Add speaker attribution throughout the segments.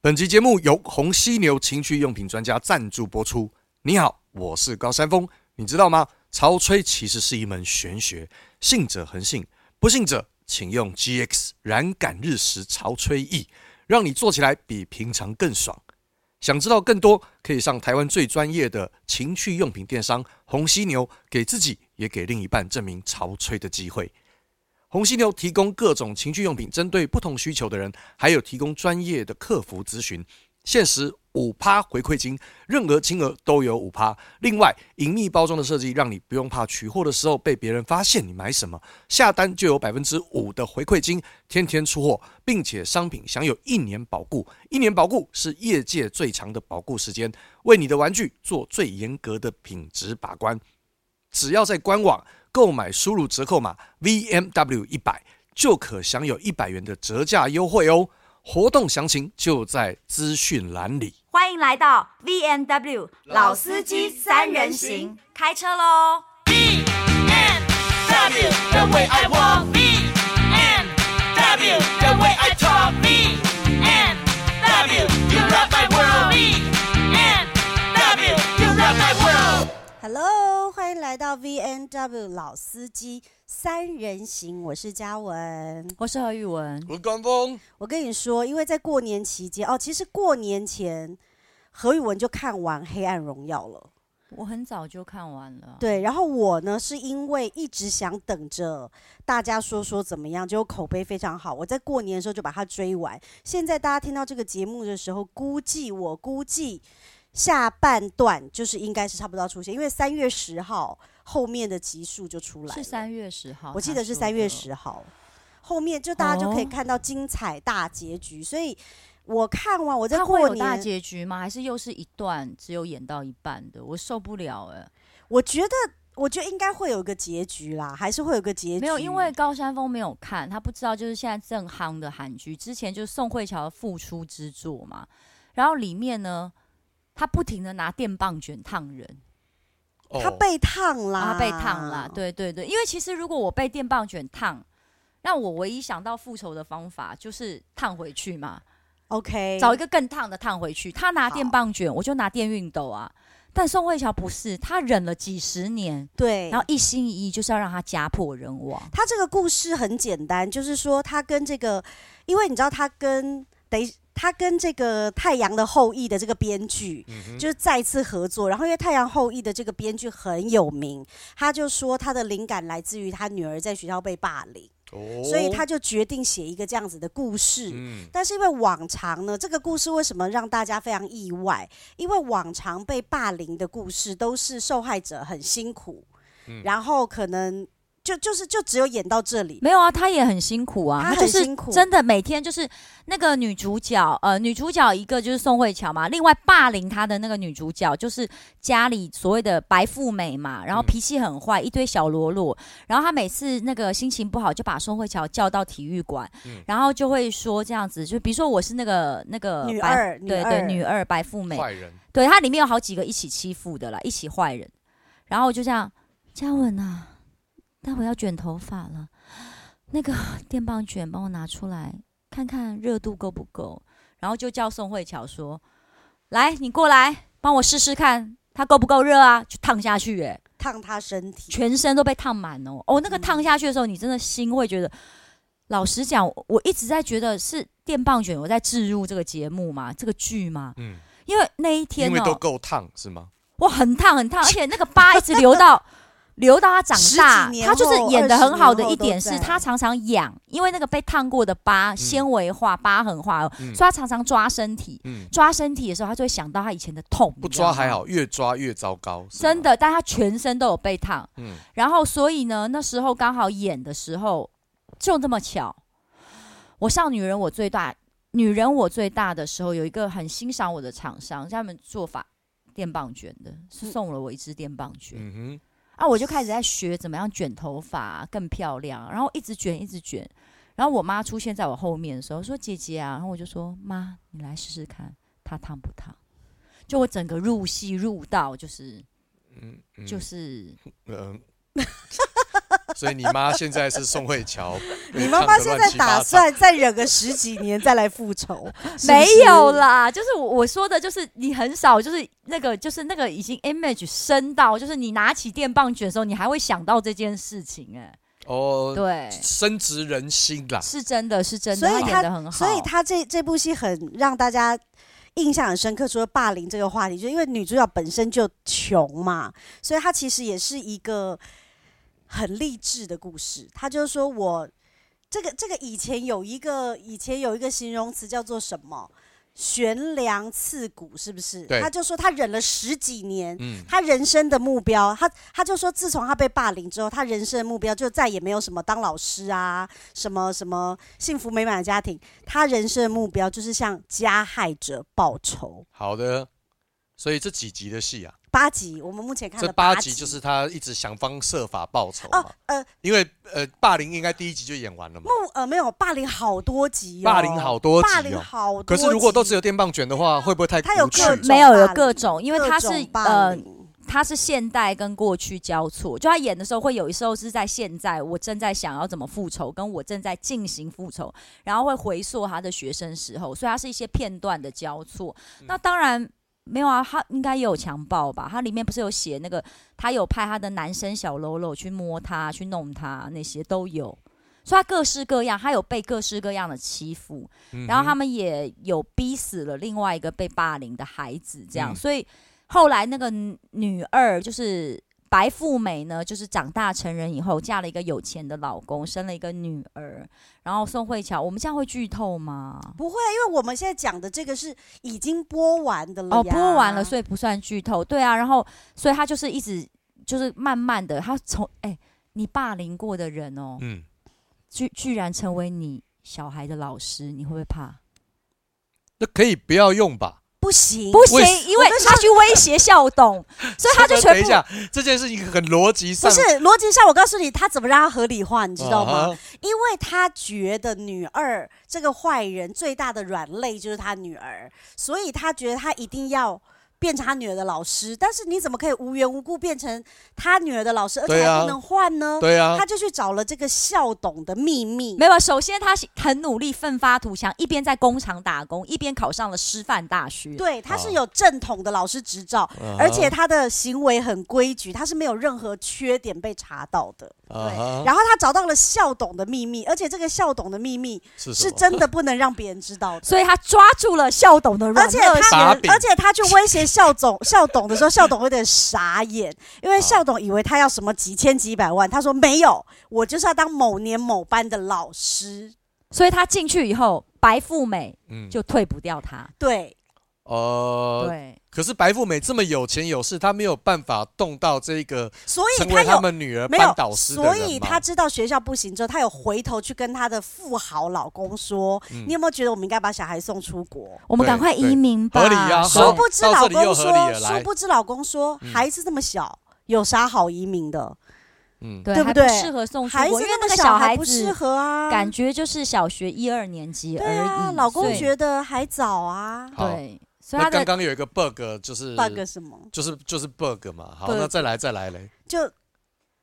Speaker 1: 本集节目由红犀牛情趣用品专家赞助播出。你好，我是高山峰，你知道吗？潮吹其实是一门玄学，信者恒信，不信者请用 GX 燃感日食潮吹液，让你做起来比平常更爽。想知道更多，可以上台湾最专业的情趣用品电商红犀牛，给自己也给另一半证明潮吹的机会。红犀牛提供各种情趣用品，针对不同需求的人，还有提供专业的客服咨询，限时五趴回馈金，任何金额都有五趴。另外，隐秘包装的设计让你不用怕取货的时候被别人发现你买什么，下单就有百分之五的回馈金，天天出货，并且商品享有一年保固，一年保固是业界最长的保固时间，为你的玩具做最严格的品质把关。只要在官网购买，输入折扣码 VMW 一百，就可享有一百元的折价优惠哦。活动详情就在资讯栏里。
Speaker 2: 欢迎来到 V N W 老司机三人行，开车喽！
Speaker 3: W the way I walk. B and W the way I talk. B and W you rock my world. B and W you rock my world.
Speaker 4: Hello，欢迎来到 V N W 老司机三人行，我是嘉文。
Speaker 5: 我是何宇文，
Speaker 1: 我官方
Speaker 4: 我跟你说，因为在过年期间哦，其实过年前何宇文就看完《黑暗荣耀》
Speaker 5: 哦
Speaker 4: 了，
Speaker 5: 我很早就看完了。
Speaker 4: 对。然后我呢，是因为一直想等着大家说说怎么样，结果口碑非常好，我在过年的时候就把它追完。现在大家听到这个节目的时候，估计我估计下半段就是应该是差不多要出现，因为三月十号后面的集数就出来了，
Speaker 5: 是三月十号，
Speaker 4: 我记得是三月十。号，后面就大家就可以
Speaker 5: 哦
Speaker 4: 看到精彩大结局。所以我看完我在
Speaker 5: 他会
Speaker 4: 过
Speaker 5: 有大
Speaker 4: 年，
Speaker 5: 结局吗？还是又是一段只有演到一半的？我受不了哎、
Speaker 4: 我觉得我觉得应该会有一个结局啦，还是会有个结局。
Speaker 5: 没有，因为高山峰没有看，他不知道就是现在正夯的韩剧，之前就是宋慧乔的复出之作嘛。然后里面呢，他不停的拿电棒卷烫人，
Speaker 1: 哦
Speaker 4: 他被烫啦，
Speaker 5: 啊，被烫啦，。对对对，因为其实如果我被电棒卷烫，那我唯一想到复仇的方法就是烫回去嘛。
Speaker 4: OK，
Speaker 5: 找一个更烫的烫回去。他拿电棒卷，我就拿电熨斗啊。但宋慧乔不是，她忍了几十年，
Speaker 4: 对，
Speaker 5: 然后一心一意就是要让她家破人亡。
Speaker 4: 他这个故事很简单，就是说他跟这个，因为你知道他跟等于他跟这个《太阳的后裔》的这个编剧，就是再次合作。然后因为《太阳后裔》的这个编剧很有名，他就说他的灵感来自于他女儿在学校被霸凌，
Speaker 1: 哦
Speaker 4: 所以他就决定写一个这样子的故事。
Speaker 1: 嗯
Speaker 4: 但是因为往常呢，这个故事为什么让大家非常意外？因为往常被霸凌的故事都是受害者很辛苦，然后可能就就是就只有演到这里。
Speaker 5: 没有啊，她也很辛苦啊，
Speaker 4: 她
Speaker 5: 她
Speaker 4: 很
Speaker 5: 就是
Speaker 4: 辛苦
Speaker 5: 真的每天就是那个女主角，呃，女主角一个就是宋慧乔嘛，另外霸凌她的那个女主角就是家里所谓的白富美嘛，然后脾气很坏，一堆小喽啰，然后她每次那个心情不好就把宋慧乔叫到体育馆，然后就会说这样子，就比如说我是那个那个
Speaker 4: 女
Speaker 5: 嗯白
Speaker 4: 二女
Speaker 5: 对
Speaker 4: 二
Speaker 5: 对，女二白富美，
Speaker 1: 坏人，
Speaker 5: 对，它里面有好几个一起欺负的啦，一起坏人。然后我就这样，嘉文啊，待会要卷头发了，那个电棒卷帮我拿出来，看看热度够不够。然后就叫宋慧乔说：“来，你过来，帮我试试看，它够不够热啊？就烫下去、欸，
Speaker 4: 烫他身 体，
Speaker 5: 全身都被烫满哦。哦，那个烫下去的时候，你真的心会觉得，老实讲，我我一直在觉得是电棒卷我在置入这个节目嘛，这个剧嘛，
Speaker 1: 嗯，
Speaker 5: 因为那一天
Speaker 1: 因为
Speaker 5: 哦，
Speaker 1: 都够烫是吗？
Speaker 5: 哇，很烫 很烫，而且那个疤一直流到流到他长
Speaker 4: 十
Speaker 5: 大
Speaker 4: 几。年
Speaker 5: 他就是
Speaker 4: 后
Speaker 5: 演的
Speaker 4: 20
Speaker 5: 很好的
Speaker 4: 年
Speaker 5: 一
Speaker 4: 后都
Speaker 5: 点是，
Speaker 4: 在
Speaker 5: 他常常痒，因为那个被烫过的疤纤维化、疤痕化，哦所
Speaker 4: 嗯
Speaker 5: 以他常常抓身体。
Speaker 1: 嗯，
Speaker 5: 抓身体的时候，他就会想到他以前的痛。
Speaker 1: 不
Speaker 5: 你知道
Speaker 1: 抓
Speaker 5: 吗
Speaker 1: 还，好，越抓越糟糕，是吗
Speaker 5: 真，的，但他全身都有被烫。
Speaker 1: 嗯，
Speaker 5: 然后，所以呢，那时候刚好演的时候，就这么巧，我上《女人我最大》，女人我最大的时候，有一个很欣赏我的厂商，他们做法电棒卷的，是送了我一支电棒卷。
Speaker 1: 嗯
Speaker 5: 啊，我就开始在学怎么样卷头发、更漂亮，然后一直卷一直卷。然后我妈出现在我后面的时候说：“姐姐啊。”然后我就说：“妈，你来试试看，它烫不烫？”就我整个入戏入到，就是
Speaker 4: 嗯
Speaker 1: 哼，嗯，
Speaker 5: 就是
Speaker 1: 嗯， 所以你妈现在是宋慧乔，
Speaker 4: 你妈 妈现在打算再忍个十几年再来 复仇？ 是不
Speaker 5: 没
Speaker 4: 是
Speaker 5: 有啦，就是我我说的，就是你很少，就是那个，就是那个已经 image 深到，就是你拿起电棒卷的时候，你还会想到这件事情、哎，
Speaker 4: 呃
Speaker 1: 哦，
Speaker 5: 对，
Speaker 1: 深植人心
Speaker 4: 啊
Speaker 1: 啦。
Speaker 5: 是真的，是真的，
Speaker 4: 所以
Speaker 5: 演
Speaker 4: 他
Speaker 5: 的很好，
Speaker 4: 所以他这这部戏很让大家印象很深刻。除了霸凌这个话题，就因为女主角本身就穷嘛，所以她其实也是一个很励志的故事。她就是说我这个这个以前有一个以前有一个形容词叫做什么？悬梁刺股是不是？
Speaker 1: 对
Speaker 4: 她就说她忍了十几年，
Speaker 1: 嗯，
Speaker 4: 他人生的目标，他他就说，自从他被霸凌之后，他人生的目标就再也没有什么当老师啊，什么什么幸福美满的家庭。他人生的目标就是向加害者报仇。
Speaker 1: 好的。所以这几集的戏啊，
Speaker 4: 八集，我们目前看
Speaker 1: 这
Speaker 4: 了
Speaker 1: 八
Speaker 4: 集
Speaker 1: 集就是他一直想方设法报仇嘛。
Speaker 4: 哦，呃，
Speaker 1: 因为呃，霸凌应该第一集就演完了嘛
Speaker 4: 不。呃没有霸凌好多集、哦，
Speaker 1: 霸凌好多集
Speaker 4: 霸凌
Speaker 1: 哦
Speaker 4: 好多集。
Speaker 1: 可是如果都只有电棒卷的话，会不会太
Speaker 4: 他有
Speaker 1: 无趣？
Speaker 4: 各种
Speaker 5: 没有有
Speaker 4: 霸凌
Speaker 5: 各种因为
Speaker 4: 各
Speaker 5: 他是
Speaker 4: 种霸
Speaker 5: 呃
Speaker 4: 凌
Speaker 5: 他是现代跟过去交错，就他演的时候会有一时候是在现在，我正在想要怎么复仇，跟我正在进行复仇，然后会回溯他的学生时候，所以他是一些片段的交错。
Speaker 1: 嗯
Speaker 5: 那当然没有啊，他应该也有强暴吧？他里面不是有写那个，他有派他的男生小喽啰去摸他、去弄他，那些都有，所以他各式各样，他有被各式各样的欺负。
Speaker 1: 嗯哼
Speaker 5: 然后他们也有逼死了另外一个被霸凌的孩子，这样，
Speaker 1: 嗯
Speaker 5: 所以后来那个女女二就是白富美呢，就是长大成人以后嫁了一个有钱的老公，生了一个女儿，然后宋慧乔，我们这样会剧透吗？
Speaker 4: 不会，因为我们现在讲的这个是已经播完的了
Speaker 5: 哦，播完了，
Speaker 4: 以
Speaker 5: 所以不算剧透，对啊，然后所以她就是一直就是慢慢的，她从哎、你霸凌过的人哦，
Speaker 1: 嗯，
Speaker 5: 居居然成为你小孩的老师，你会不会怕？
Speaker 1: 那可以不要用吧？
Speaker 4: 不行，
Speaker 5: 不
Speaker 1: 为
Speaker 5: 行，因为
Speaker 4: 跟你
Speaker 5: 他去威胁校 董，所以他就
Speaker 1: 等
Speaker 5: 全
Speaker 1: 一
Speaker 5: 部
Speaker 1: 下，这件事情很逻辑
Speaker 4: 不
Speaker 1: 上，
Speaker 4: 是逻辑上，我告诉你，他怎么让他合理化，你知道吗？
Speaker 1: 啊哈？
Speaker 4: 因为他觉得女二这个坏人最大的软肋就是他女儿，所以他觉得他一定要变成他女儿的老师。但是你怎么可以无缘无故变成他女儿的老师，而
Speaker 1: 对
Speaker 4: 且
Speaker 1: 啊
Speaker 4: 还不能换呢？
Speaker 1: 对啊
Speaker 4: 他，就去找了这个校董的秘密。
Speaker 5: 没有。首先，他是很努力，奋发图强，一边在工厂打工，一边考上了师范大学。
Speaker 4: 对，他是
Speaker 1: 哦
Speaker 4: 有正统的老师执照，
Speaker 1: 啊哈
Speaker 4: 而且他的行为很规矩，他是没有任何缺点被查到的。
Speaker 1: 啊哈
Speaker 4: 然后他找到了校董的秘密，而且这个校董的秘密
Speaker 1: 是什
Speaker 4: 是
Speaker 1: 么
Speaker 4: 真的不能让别人知道的。
Speaker 5: 所以他抓住了校董的软
Speaker 4: 而且
Speaker 5: 肋
Speaker 4: 他，
Speaker 1: 把柄
Speaker 4: 而且他去威胁校总、 校董的时候，校董有点傻眼，因
Speaker 1: 哦
Speaker 4: 为校董以为他要什么几千几百万，他说没有，我就是要当某年某班的老师。
Speaker 5: 所以他进去以后，白富美
Speaker 1: 嗯
Speaker 5: 就退不掉他。
Speaker 4: 对，
Speaker 1: 呃，
Speaker 5: 对，
Speaker 1: 可是白富美这么有钱有势，她没有办法动到这个
Speaker 4: 所以
Speaker 1: 成
Speaker 4: 他
Speaker 1: 为他
Speaker 4: 有
Speaker 1: 们女儿
Speaker 4: 没
Speaker 1: 班
Speaker 4: 有
Speaker 1: 导？师的人
Speaker 4: 所
Speaker 1: 嘛
Speaker 4: 以他知道学校不行之后，他有回头去跟他的富豪老公说：“
Speaker 1: 嗯
Speaker 4: 你有没有觉得我们应该把小孩送出国？”
Speaker 5: 我们
Speaker 1: 对
Speaker 5: 赶快移民吧。
Speaker 1: 合理啊
Speaker 5: 对
Speaker 1: 好
Speaker 4: 殊不知
Speaker 1: 到这
Speaker 4: 老
Speaker 1: 里又
Speaker 4: 公
Speaker 1: 合理
Speaker 4: 说，
Speaker 1: 了来
Speaker 4: 殊不知老公说，孩子这么小，有啥好移民的？
Speaker 1: 嗯，
Speaker 5: 对
Speaker 4: 对不
Speaker 5: 还
Speaker 4: 对
Speaker 5: 适合送出
Speaker 4: 孩子
Speaker 5: 国，因为
Speaker 4: 那
Speaker 5: 那
Speaker 4: 么
Speaker 5: 个
Speaker 4: 小
Speaker 5: 小
Speaker 4: 还
Speaker 5: 孩
Speaker 4: 不适
Speaker 5: 子
Speaker 4: 合啊。
Speaker 5: 感觉就是小学一二年级而
Speaker 4: 对啊，
Speaker 5: 已。
Speaker 4: 老公
Speaker 5: 对
Speaker 4: 觉得还早啊。
Speaker 1: 好
Speaker 5: 对，所以
Speaker 1: 那
Speaker 5: 他
Speaker 1: 刚
Speaker 5: 的
Speaker 1: 刚有一个 bug 就是。
Speaker 4: bug 什么？
Speaker 1: 就是就是 bug 嘛，好，
Speaker 4: bug
Speaker 1: 那再来再来嘞，
Speaker 4: 就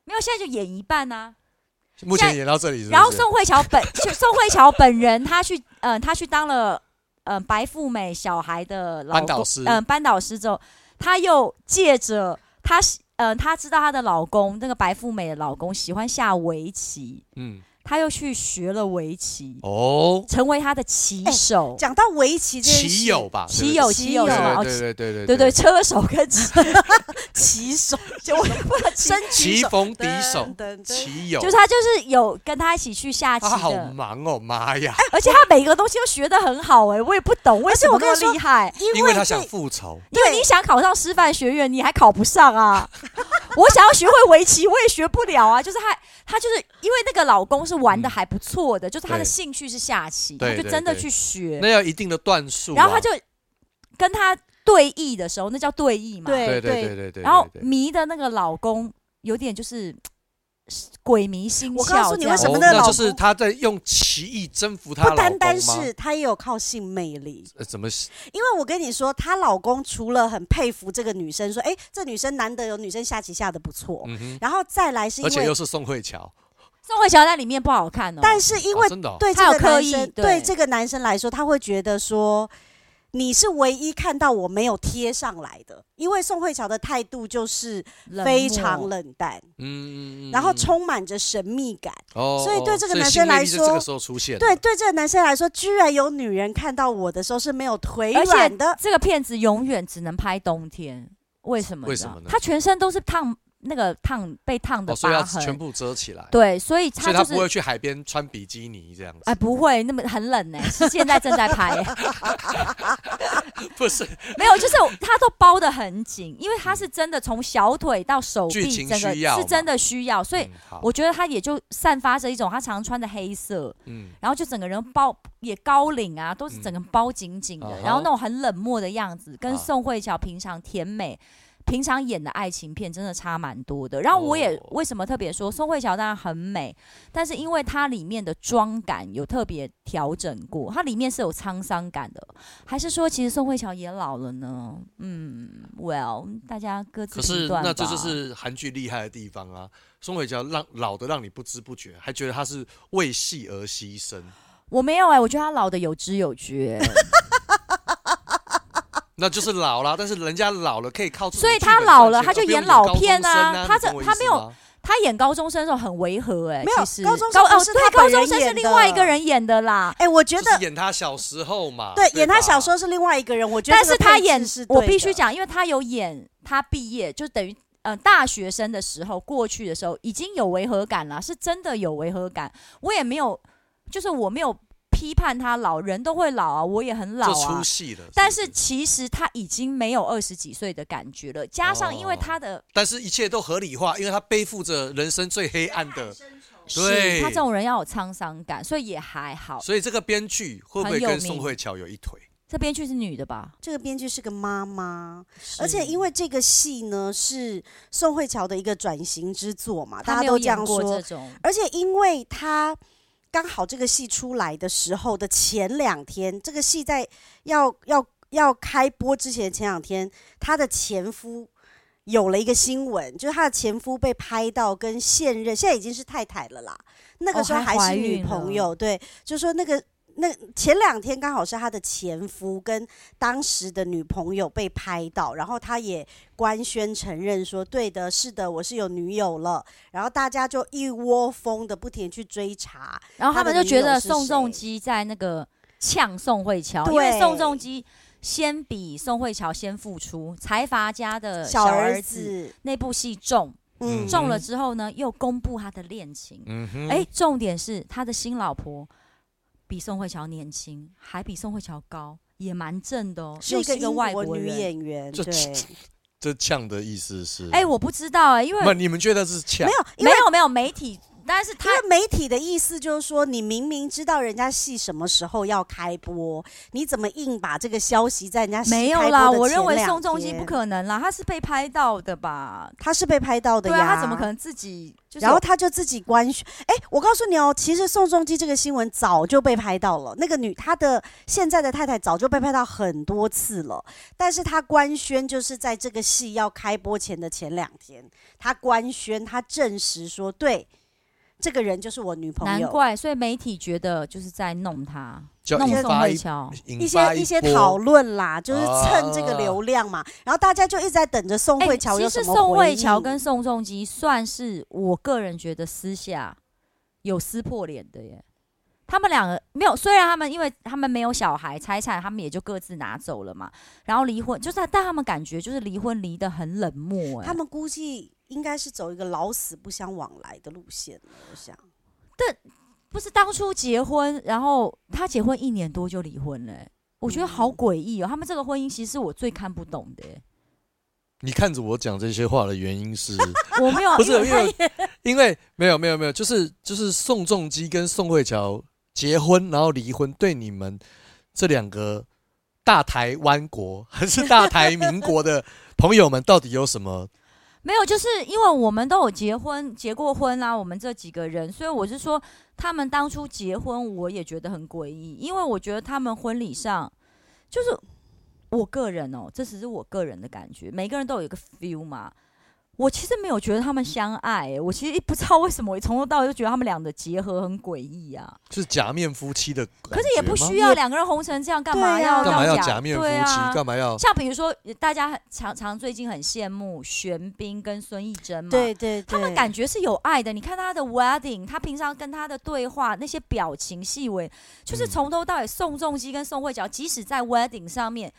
Speaker 5: 没有现在就演一半啊。
Speaker 1: 目前演到这里是不是
Speaker 5: 然后宋慧乔本就宋慧乔本人，她去嗯、呃，她去当了嗯、呃、白富美小孩的老
Speaker 1: 班
Speaker 5: 公
Speaker 1: 导师
Speaker 5: 嗯、呃班导师之后，她又借着她喜呃她知道她的老公那个白富美的老公喜欢下围棋，
Speaker 1: 嗯
Speaker 5: 她又去学了围棋，
Speaker 1: 哦，
Speaker 5: 成为她的棋手，
Speaker 4: 讲到围棋这件事，
Speaker 1: 棋友吧，
Speaker 5: 棋友
Speaker 4: 哎棋
Speaker 5: 棋
Speaker 4: 友
Speaker 5: 友是
Speaker 1: 对
Speaker 5: 吧？
Speaker 1: 对
Speaker 5: 哦
Speaker 1: 对对对
Speaker 5: 对对，车手跟棋
Speaker 4: 棋手，
Speaker 5: 就我也不知道棋
Speaker 4: 真
Speaker 1: 棋
Speaker 4: 手，
Speaker 1: 逢敌 手，
Speaker 4: 等等，
Speaker 1: 棋友
Speaker 5: 就是他就是有跟他一起去下棋
Speaker 1: 他好
Speaker 5: 的，哎
Speaker 1: 忙哦，妈呀！
Speaker 4: 哎
Speaker 5: 而且他每个东西都学得很好哎、我也不懂为
Speaker 4: 而且
Speaker 5: 什么
Speaker 4: 我跟
Speaker 5: 那
Speaker 4: 你说
Speaker 5: 么厉害。
Speaker 1: 因
Speaker 4: 因
Speaker 1: 为
Speaker 4: 为
Speaker 1: 他
Speaker 4: 这
Speaker 1: 想复仇，
Speaker 5: 因为你想考上师范学院，你还考不上啊！我想要学会围棋，我也学不了啊！就是他，他就是因为那个老公是玩的还不错的，就是他的
Speaker 1: 对
Speaker 5: 兴趣是下棋，
Speaker 1: 对
Speaker 5: 他就真的
Speaker 1: 对对
Speaker 5: 去学
Speaker 1: 那，要一定的段数啊，
Speaker 5: 然后他就跟他对弈的时候，那叫对弈嘛。
Speaker 4: 对
Speaker 1: 对对对对对，
Speaker 5: 然后
Speaker 1: 对对
Speaker 5: 迷的那个老公有点就是嘖鬼迷心窍，
Speaker 4: 我告诉你为什
Speaker 5: 这
Speaker 4: 么
Speaker 5: 样
Speaker 1: 哦
Speaker 4: 那个
Speaker 1: 那
Speaker 4: 老
Speaker 1: 就是
Speaker 4: 公
Speaker 1: 他在用棋艺征服他
Speaker 4: 不
Speaker 1: 老公吗
Speaker 4: 单单是她也有靠性魅力，
Speaker 1: 呃怎么
Speaker 4: 因为我跟你说，她老公除了很佩服这个女生，说哎，这女生难得有女生下棋下的不错，
Speaker 1: 嗯哼，
Speaker 4: 然后再来是因
Speaker 1: 而且又
Speaker 4: 为
Speaker 1: 是宋慧乔，
Speaker 5: 宋慧乔在里面不好看哦。
Speaker 4: 但是因为
Speaker 1: 哦真的哦
Speaker 4: 对这
Speaker 5: 他有
Speaker 4: 个
Speaker 5: 刻
Speaker 4: 男
Speaker 5: 意
Speaker 4: 生，
Speaker 5: 对
Speaker 4: 对这个男生来说，他会觉得说你是唯一看到我没有贴上来的，因为宋慧乔的态度就是
Speaker 5: 冷
Speaker 4: 非
Speaker 5: 漠
Speaker 4: 常冷淡，
Speaker 1: 嗯，嗯嗯
Speaker 4: 然后
Speaker 1: 嗯
Speaker 4: 充满着神秘感。
Speaker 1: 哦，
Speaker 4: 所以对
Speaker 1: 哦
Speaker 4: 这个
Speaker 1: 所以
Speaker 4: 男
Speaker 1: 新
Speaker 4: 生来
Speaker 1: 魅力在这个
Speaker 4: 说
Speaker 1: 时候出现，
Speaker 4: 对，对这个男生来说，居然有女人看到我的时候是没有腿
Speaker 5: 而且
Speaker 4: 软的。
Speaker 5: 这个片子永远只能拍冬天，为什么？
Speaker 1: 为
Speaker 5: 你知
Speaker 1: 什
Speaker 5: 道
Speaker 1: 么呢
Speaker 5: 他全身都是烫，那个烫被烫的
Speaker 1: 哦，所以
Speaker 5: 疤
Speaker 1: 要
Speaker 5: 痕。
Speaker 1: 全部遮起来，，
Speaker 5: 对，所以
Speaker 1: 所
Speaker 5: 他
Speaker 1: 以他
Speaker 5: 就
Speaker 1: 不会
Speaker 5: 是。
Speaker 1: 去海边穿比基尼这样子，
Speaker 5: 哎，不会，那么很冷呢、 是现在正在拍、
Speaker 1: 不是
Speaker 5: 没有，就是他都包的很紧，因为他是真的从小腿到手
Speaker 1: 剧
Speaker 5: 臂，
Speaker 1: 情
Speaker 5: 整个
Speaker 1: 需要
Speaker 5: 是真的需要，所以
Speaker 1: 嗯好
Speaker 5: 我觉得他也就散发着一种他常常穿的黑色，
Speaker 1: 嗯
Speaker 5: 然后就整个人包也高领啊，都是
Speaker 1: 嗯
Speaker 5: 整个包紧紧的，
Speaker 1: 啊哈
Speaker 5: 然后那种很冷漠的样子，跟
Speaker 1: 啊
Speaker 5: 宋慧乔平常甜美、平常演的爱情片真的差蛮多的。然后我也、
Speaker 1: 哦
Speaker 5: 为什么特别说宋慧乔当然很美，但是因为它里面的妆感有特别调整过，它里面是有沧桑感的，还是说其实宋慧乔也老了呢？嗯，Well，大家各自
Speaker 1: 可是
Speaker 5: 评断
Speaker 1: 那这
Speaker 5: 吧
Speaker 1: 就是韩剧厉害的地方啊！宋慧乔让老的让你不知不觉，还觉得她是为戏而牺牲。
Speaker 5: 我没有哎、我觉得她老的有知有觉。欸
Speaker 1: 那就是老了，但是人家老了可以靠自己
Speaker 5: 所以
Speaker 1: 剧本
Speaker 5: 他老了
Speaker 1: 赚钱
Speaker 5: 他就
Speaker 1: 而不用
Speaker 5: 演老
Speaker 1: 高中
Speaker 5: 片啊
Speaker 1: 生
Speaker 5: 他
Speaker 1: 你
Speaker 5: 这
Speaker 1: 懂我意
Speaker 5: 他
Speaker 1: 思
Speaker 5: 没有
Speaker 1: 吗
Speaker 5: 他演高中生的时候很违和哎、
Speaker 4: 没有
Speaker 5: 其实
Speaker 4: 高中生
Speaker 5: 高
Speaker 4: 不
Speaker 5: 哦
Speaker 4: 是
Speaker 5: 对
Speaker 4: 他，
Speaker 5: 高
Speaker 4: 本
Speaker 5: 中
Speaker 4: 人
Speaker 5: 生是
Speaker 4: 演
Speaker 5: 另
Speaker 4: 的
Speaker 5: 外一个人演的啦。
Speaker 4: 哎，我觉
Speaker 1: 就
Speaker 4: 得
Speaker 1: 是演他小时候嘛，
Speaker 4: 对，演他
Speaker 1: 吧
Speaker 4: 小时候是另外一个人，我觉得
Speaker 5: 啊但
Speaker 4: 这个
Speaker 5: 是他
Speaker 4: 配置
Speaker 5: 演
Speaker 4: 是，
Speaker 5: 我
Speaker 4: 对
Speaker 5: 必须
Speaker 4: 的，
Speaker 5: 讲，因为他有演他毕业，就等于呃大学生的时候过去的时候已经有违和感了，是真的有违和感。我也没有，就是我没有批判他老，人都会老啊，我也很老
Speaker 1: 就
Speaker 5: 啊
Speaker 1: 出。戏了。
Speaker 5: 但
Speaker 1: 不
Speaker 5: 是其实他已经没有二十几岁的感觉了，加上因为
Speaker 1: 哦
Speaker 5: 他的
Speaker 1: 但是一切都合理化，因为他背负着人生最黑暗的，对
Speaker 5: 是他这种人要有沧桑感，所以也还好。
Speaker 1: 所以这个编剧会不会
Speaker 5: 很有
Speaker 1: 跟
Speaker 5: 名
Speaker 1: 宋慧乔有一腿？
Speaker 5: 这编剧是女的吧？
Speaker 4: 这个编剧是个妈妈，而
Speaker 5: 是
Speaker 4: 且因为这个戏呢是宋慧乔的一个转型之作嘛，
Speaker 5: 她
Speaker 4: 大
Speaker 5: 没
Speaker 4: 家
Speaker 5: 有
Speaker 4: 都这
Speaker 5: 演
Speaker 4: 样
Speaker 5: 过这
Speaker 4: 说，
Speaker 5: 种，
Speaker 4: 而且因为她刚好这个戏出来的时候的前两天，这个戏在要要要开播之前的前两天，她的前夫。有了一个新闻，就是她的前夫被拍到跟现任，现在已经是太太了啦。那
Speaker 5: 哦
Speaker 4: 个时候
Speaker 5: 还
Speaker 4: 还
Speaker 5: 怀
Speaker 4: 是女
Speaker 5: 孕了
Speaker 4: 朋友，对，就说那个那前两天刚好是她的前夫跟当时的女朋友被拍到，然后他也官宣承认说，对的，是的，我是有女友了。然后大家就一窝蜂的不停地去追查，
Speaker 5: 然后他们就觉得
Speaker 4: 她的女友是谁
Speaker 5: 宋仲基在那个呛宋慧乔，
Speaker 4: 对
Speaker 5: 因为宋仲基先比宋慧乔先付出，财阀家的呃小儿
Speaker 4: 儿
Speaker 5: 子
Speaker 4: 子，
Speaker 5: 那部戏中
Speaker 1: 嗯
Speaker 4: 嗯，
Speaker 5: 中了之后呢，又公布他的恋情。
Speaker 1: 嗯哼
Speaker 5: 哎、重点是他的新老婆比宋慧乔年轻，还比宋慧乔高，也蛮正的哦，
Speaker 4: 是
Speaker 5: 又
Speaker 4: 一个
Speaker 5: 是
Speaker 4: 英
Speaker 5: 外
Speaker 4: 国
Speaker 5: 国
Speaker 4: 女
Speaker 5: 人。
Speaker 4: 演员，
Speaker 1: 这
Speaker 4: 对，
Speaker 1: 这呛的意思是？
Speaker 5: 哎、我不知道哎、因为
Speaker 1: 不，你们觉得是呛
Speaker 4: 没？有，因
Speaker 5: 没
Speaker 4: 为
Speaker 5: 有没有媒体，但是他
Speaker 4: 因为媒体的意思就是说，你明明知道人家戏什么时候要开播，你怎么硬把这个消息在人家戏
Speaker 5: 没有
Speaker 4: 开播
Speaker 5: 啦，
Speaker 4: 的
Speaker 5: 我
Speaker 4: 前
Speaker 5: 认为
Speaker 4: 两
Speaker 5: 宋仲基
Speaker 4: 天
Speaker 5: 不，可能啦，他是被拍到的吧？
Speaker 4: 他是被拍到的
Speaker 5: 对
Speaker 4: 呀，
Speaker 5: 啊，他怎么可能自己？就是、
Speaker 4: 然后他就自己官宣，哎，我告诉你哦，其实宋仲基这个新闻早就被拍到了，那个女他的现在的太太早就被拍到很多次了，但是他官宣就是在这个戏要开播前的前两天，他官宣他证实说，对，这个人就是我女朋
Speaker 5: 难
Speaker 4: 友。
Speaker 5: 怪，所以媒体觉得就是在弄他，
Speaker 1: 就
Speaker 5: 弄
Speaker 1: 引
Speaker 5: 宋
Speaker 1: 发
Speaker 5: 慧
Speaker 1: 一
Speaker 5: 乔。
Speaker 1: 引
Speaker 4: 一
Speaker 1: 发
Speaker 4: 些一些
Speaker 1: 波啊
Speaker 4: 讨论啦，就是蹭这个流量嘛，然后大家就一直在等着宋慧乔有
Speaker 5: 哎其
Speaker 4: 什
Speaker 5: 实
Speaker 4: 么
Speaker 5: 宋
Speaker 4: 回
Speaker 5: 慧
Speaker 4: 应
Speaker 5: 乔跟宋仲基算是我个人觉得私下有撕破脸的耶。他们两个没有，虽然他们因为他们没有小孩，财产他们也就各自拿走了嘛，然后离婚，就是但他们感觉就是离婚离得很冷漠哎。
Speaker 4: 他们估计应该是走一个老死不相往来的路线了，我想。
Speaker 5: 不是当初结婚，然后他结婚一年多就离婚了欸、我觉得好
Speaker 4: 嗯
Speaker 5: 诡异哦。他们这个婚姻其实是我最看不懂的欸、
Speaker 1: 你看着我讲这些话的原因是，
Speaker 5: 我没有，
Speaker 1: 不 是
Speaker 4: 哦
Speaker 5: 因为
Speaker 1: 因为因为没有没有没有，就是就是宋仲基跟宋慧乔结婚然后离婚，对你们这两个大台湾国还是大台民国的朋友们，到底有什么？
Speaker 5: 没有，就是因为我们都有结婚、结过婚啦、我们这几个人，所以我是说，他们当初结婚，我也觉得很诡异，因为我觉得他们婚礼上，就是我个人哦，这只是我个人的感觉，每个人都有一个 feel 嘛。我其实没有觉得他们相爱、我其实不知道为什么，我从头到尾就觉得他们俩的结合很诡异啊。
Speaker 1: 是假面夫妻的感觉吗，
Speaker 5: 可是也不需要两个人红成这样，干嘛
Speaker 4: 对
Speaker 5: 要、
Speaker 4: 啊
Speaker 1: 干嘛要
Speaker 5: 假
Speaker 1: 假面夫
Speaker 5: 对
Speaker 1: 妻，
Speaker 5: 啊
Speaker 1: 干嘛要
Speaker 5: 像比如说，大家很常常最近很羡慕玄彬跟孙艺珍嘛，
Speaker 4: 对对对，
Speaker 5: 他们感觉是有爱的。你看他的 wedding，他平常跟他的对话那些表情细微，就是
Speaker 1: 嗯
Speaker 5: 从头到尾宋仲基跟宋慧乔，即使在 wedding 上面，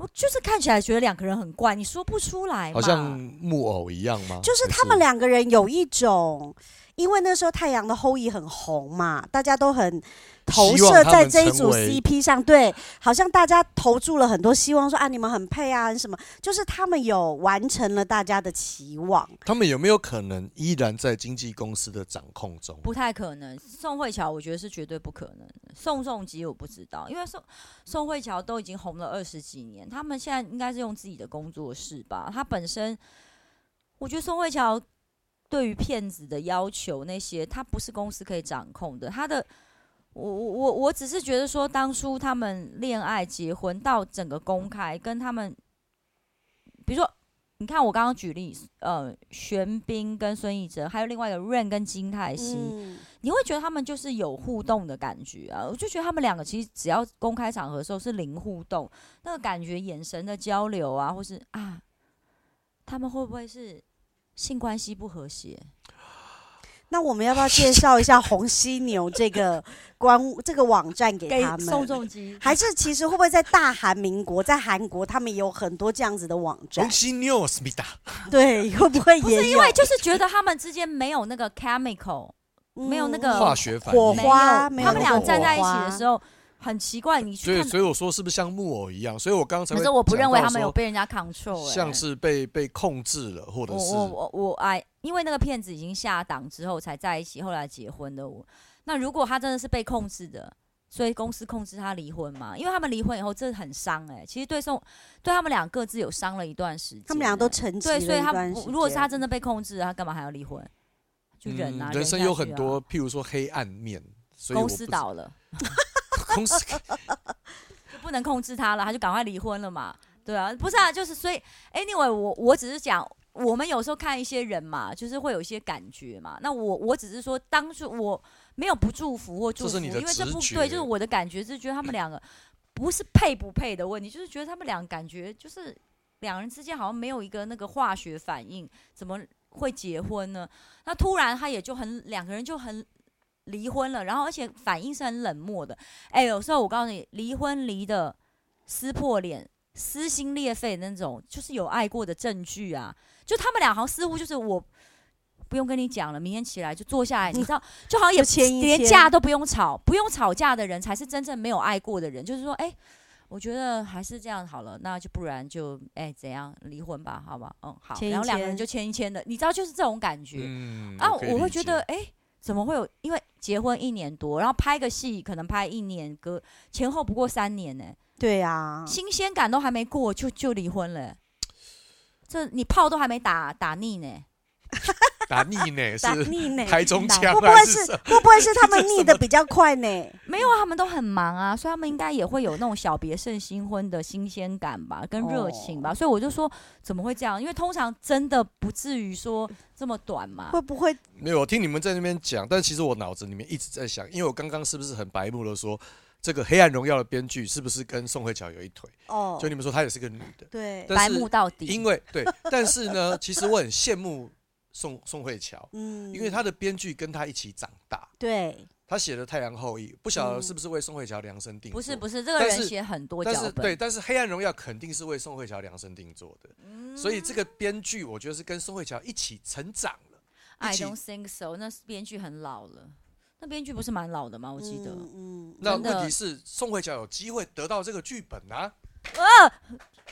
Speaker 5: 我就是看起来觉得两个人很怪，你说不出来嘛。
Speaker 1: 好像木偶一样吗？
Speaker 4: 就是
Speaker 1: 还
Speaker 4: 他们两个人有一种，因为那时候太阳的后裔很红嘛，大家都很投
Speaker 1: 希望
Speaker 4: 射
Speaker 1: 他
Speaker 4: 在
Speaker 1: 们
Speaker 4: 这一
Speaker 1: 成
Speaker 4: 组
Speaker 1: 为
Speaker 4: CP 上，对，好像大家投注了很多希望说，啊你们很配啊，什么，就是他们有完成了大家的期望。
Speaker 1: 他们有没有可能依然在经纪公司的掌控中？
Speaker 5: 不太可能，宋慧乔我觉得是绝对不可能的。宋仲基我不知道，因为宋宋慧乔都已经红了二十几年，他们现在应该是用自己的工作室吧。他本身，我觉得宋慧乔对于骗子的要求那些，他不是公司可以掌控的。他的，我我我我只是觉得说，当初他们恋爱、结婚到整个公开，跟他们，比如说。你看，我刚刚举例，呃，玄彬跟孙艺珍，还有另外一个 Rain 跟金泰熙，
Speaker 4: 嗯，
Speaker 5: 你会觉得他们就是有互动的感觉啊！我就觉得他们两个其实只要公开场合的时候是零互动，那个感觉眼神的交流啊，或是啊，他们会不会是性关系不和谐？
Speaker 4: 那我们要不要介绍一下红犀牛这个官这个网站给他
Speaker 5: 宋
Speaker 4: 们？
Speaker 5: 仲基
Speaker 4: 还是其实会不会在大韩民国，在韩国他们也有很多这样子的网站
Speaker 1: 恭？喜 news 米达，
Speaker 4: 对，会不会
Speaker 5: 不
Speaker 4: 也有？
Speaker 5: 是因为就是觉得他们之间没有那个 chemical，没有那个
Speaker 4: 嗯
Speaker 1: 化学反
Speaker 4: 火
Speaker 1: 应。
Speaker 4: 花，
Speaker 5: 没
Speaker 4: 没
Speaker 5: 有他
Speaker 4: 有
Speaker 5: 们俩
Speaker 4: 火
Speaker 5: 站在一起
Speaker 4: 花
Speaker 5: 的时候很奇怪，你
Speaker 1: 所
Speaker 5: 去
Speaker 1: 以，
Speaker 5: 看，
Speaker 1: 所以我说是不是像木偶一样？所以我刚才
Speaker 5: 可
Speaker 1: 会
Speaker 5: 是我不认为他们
Speaker 1: 讲
Speaker 5: 有
Speaker 1: 到
Speaker 5: 被人家 control，、
Speaker 1: 说
Speaker 5: 欸、
Speaker 1: 像是被被控制了，或者
Speaker 5: 我
Speaker 1: 是
Speaker 5: 我我我哎，因为那个骗子已经下档之后才在一起，后来结婚的我。那如果他真的是被控制的，所以公司控制他离婚嘛？因为他们离婚以后，这很伤哎、其实对宋对他们俩各自有伤了一段时间欸、
Speaker 4: 他们俩都沉寂了
Speaker 5: 对，所以他
Speaker 4: 一段
Speaker 5: 我
Speaker 4: 时
Speaker 5: 如果是他
Speaker 4: 间
Speaker 5: 真的被控制了，他干嘛还要离婚？就忍啊，
Speaker 1: 嗯人生
Speaker 5: 下
Speaker 1: 有
Speaker 5: 去
Speaker 1: 很
Speaker 5: 啊
Speaker 1: 多，譬如说黑暗面，所以我
Speaker 5: 公
Speaker 1: 不
Speaker 5: 司倒了，
Speaker 1: 公司
Speaker 5: 就不能控制他了，他就赶快离婚了嘛？对啊，不是啊，就是所以，anyway，我我只是讲，我们有时候看一些人嘛，就是会有一些感觉嘛。那我我只是说，当初我没有不祝福或
Speaker 1: 这
Speaker 5: 祝福，
Speaker 1: 是你的
Speaker 5: 因为这
Speaker 1: 直
Speaker 5: 不
Speaker 1: 觉
Speaker 5: 对，就是我的感觉，就是觉得他们两个不是配不配的问题，就是觉得他们俩感觉就是两人之间好像没有一个那个化学反应，怎么会结婚呢？那突然他也就很两个人就很离婚了，然后而且反应是很冷漠的。哎，有时候我告诉你，离婚离的撕破脸、撕心裂肺那种，就是有爱过的证据啊。就他们俩好像似乎就是我。不用跟你讲了，明天起来就坐下来，你知道，就好像也
Speaker 4: 就签一
Speaker 5: 连
Speaker 4: 签
Speaker 5: 架都不用吵，不用吵架的人才是真正没有爱过的人。就是说，哎、我觉得还是这样好了，那就不然就哎、怎样离婚吧，好吧，嗯好，
Speaker 4: 签一
Speaker 5: 然后两个人就
Speaker 4: 签
Speaker 5: 签一签的，你知道就是这种感觉、
Speaker 1: 嗯
Speaker 5: 啊，
Speaker 1: 可以
Speaker 5: 我会
Speaker 1: 理
Speaker 5: 觉
Speaker 1: 解
Speaker 5: 得哎、怎么会有？因为结婚一年多，然后拍个戏可能拍一年，隔前后不过三年呢、
Speaker 4: 对啊，
Speaker 5: 新鲜感都还没过就就离婚了、这你炮都还没打打腻呢、
Speaker 1: 打腻 呢
Speaker 4: 打
Speaker 1: 是
Speaker 4: 腻呢，
Speaker 1: 台中腔
Speaker 4: 会不
Speaker 1: 还
Speaker 4: 会
Speaker 1: 是
Speaker 4: 是
Speaker 1: 什么？
Speaker 4: 会不会是 他们腻的比较快呢？
Speaker 5: 没有啊，他们都很忙啊，所以他们应该也会有那种小别胜新婚的新鲜感吧，跟热情吧。所以我就说，怎么会这样？因为通常真的不至于说这么短嘛。
Speaker 4: 会不会
Speaker 1: 没有，我听你们在那边讲，但其实我脑子里面一直在想，因为我刚刚是不是很白目的说，这个《黑暗荣耀》的编剧是不是跟宋慧乔有一腿？
Speaker 4: 哦
Speaker 1: 就？你们说她也是个女的，
Speaker 4: 对，
Speaker 1: 但
Speaker 5: 白
Speaker 1: 是
Speaker 5: 目到底
Speaker 1: 因，为对，但是呢，其实我很羡慕宋 宋慧乔，
Speaker 4: 嗯
Speaker 1: 因为她的编剧跟她一起长大，
Speaker 4: 对
Speaker 1: 她写的《太阳后裔》，不晓得
Speaker 4: 嗯
Speaker 1: 是不是为宋慧乔量身定做？
Speaker 5: 不是不是，这个
Speaker 1: 但
Speaker 5: 人
Speaker 1: 是
Speaker 5: 写很多
Speaker 1: 但
Speaker 5: 脚
Speaker 1: 是
Speaker 5: 本，
Speaker 1: 对，但是《黑暗荣耀》肯定是为宋慧乔量身定做的，所以这个编剧我觉得是跟宋慧乔一起成长了。
Speaker 5: I
Speaker 1: 一起
Speaker 5: don't think so。那编剧很老了，那编剧不是蛮老的吗？我记得，
Speaker 4: 嗯，
Speaker 1: 那
Speaker 5: 真的
Speaker 1: 问题是宋慧乔有机会得到这个剧本啊？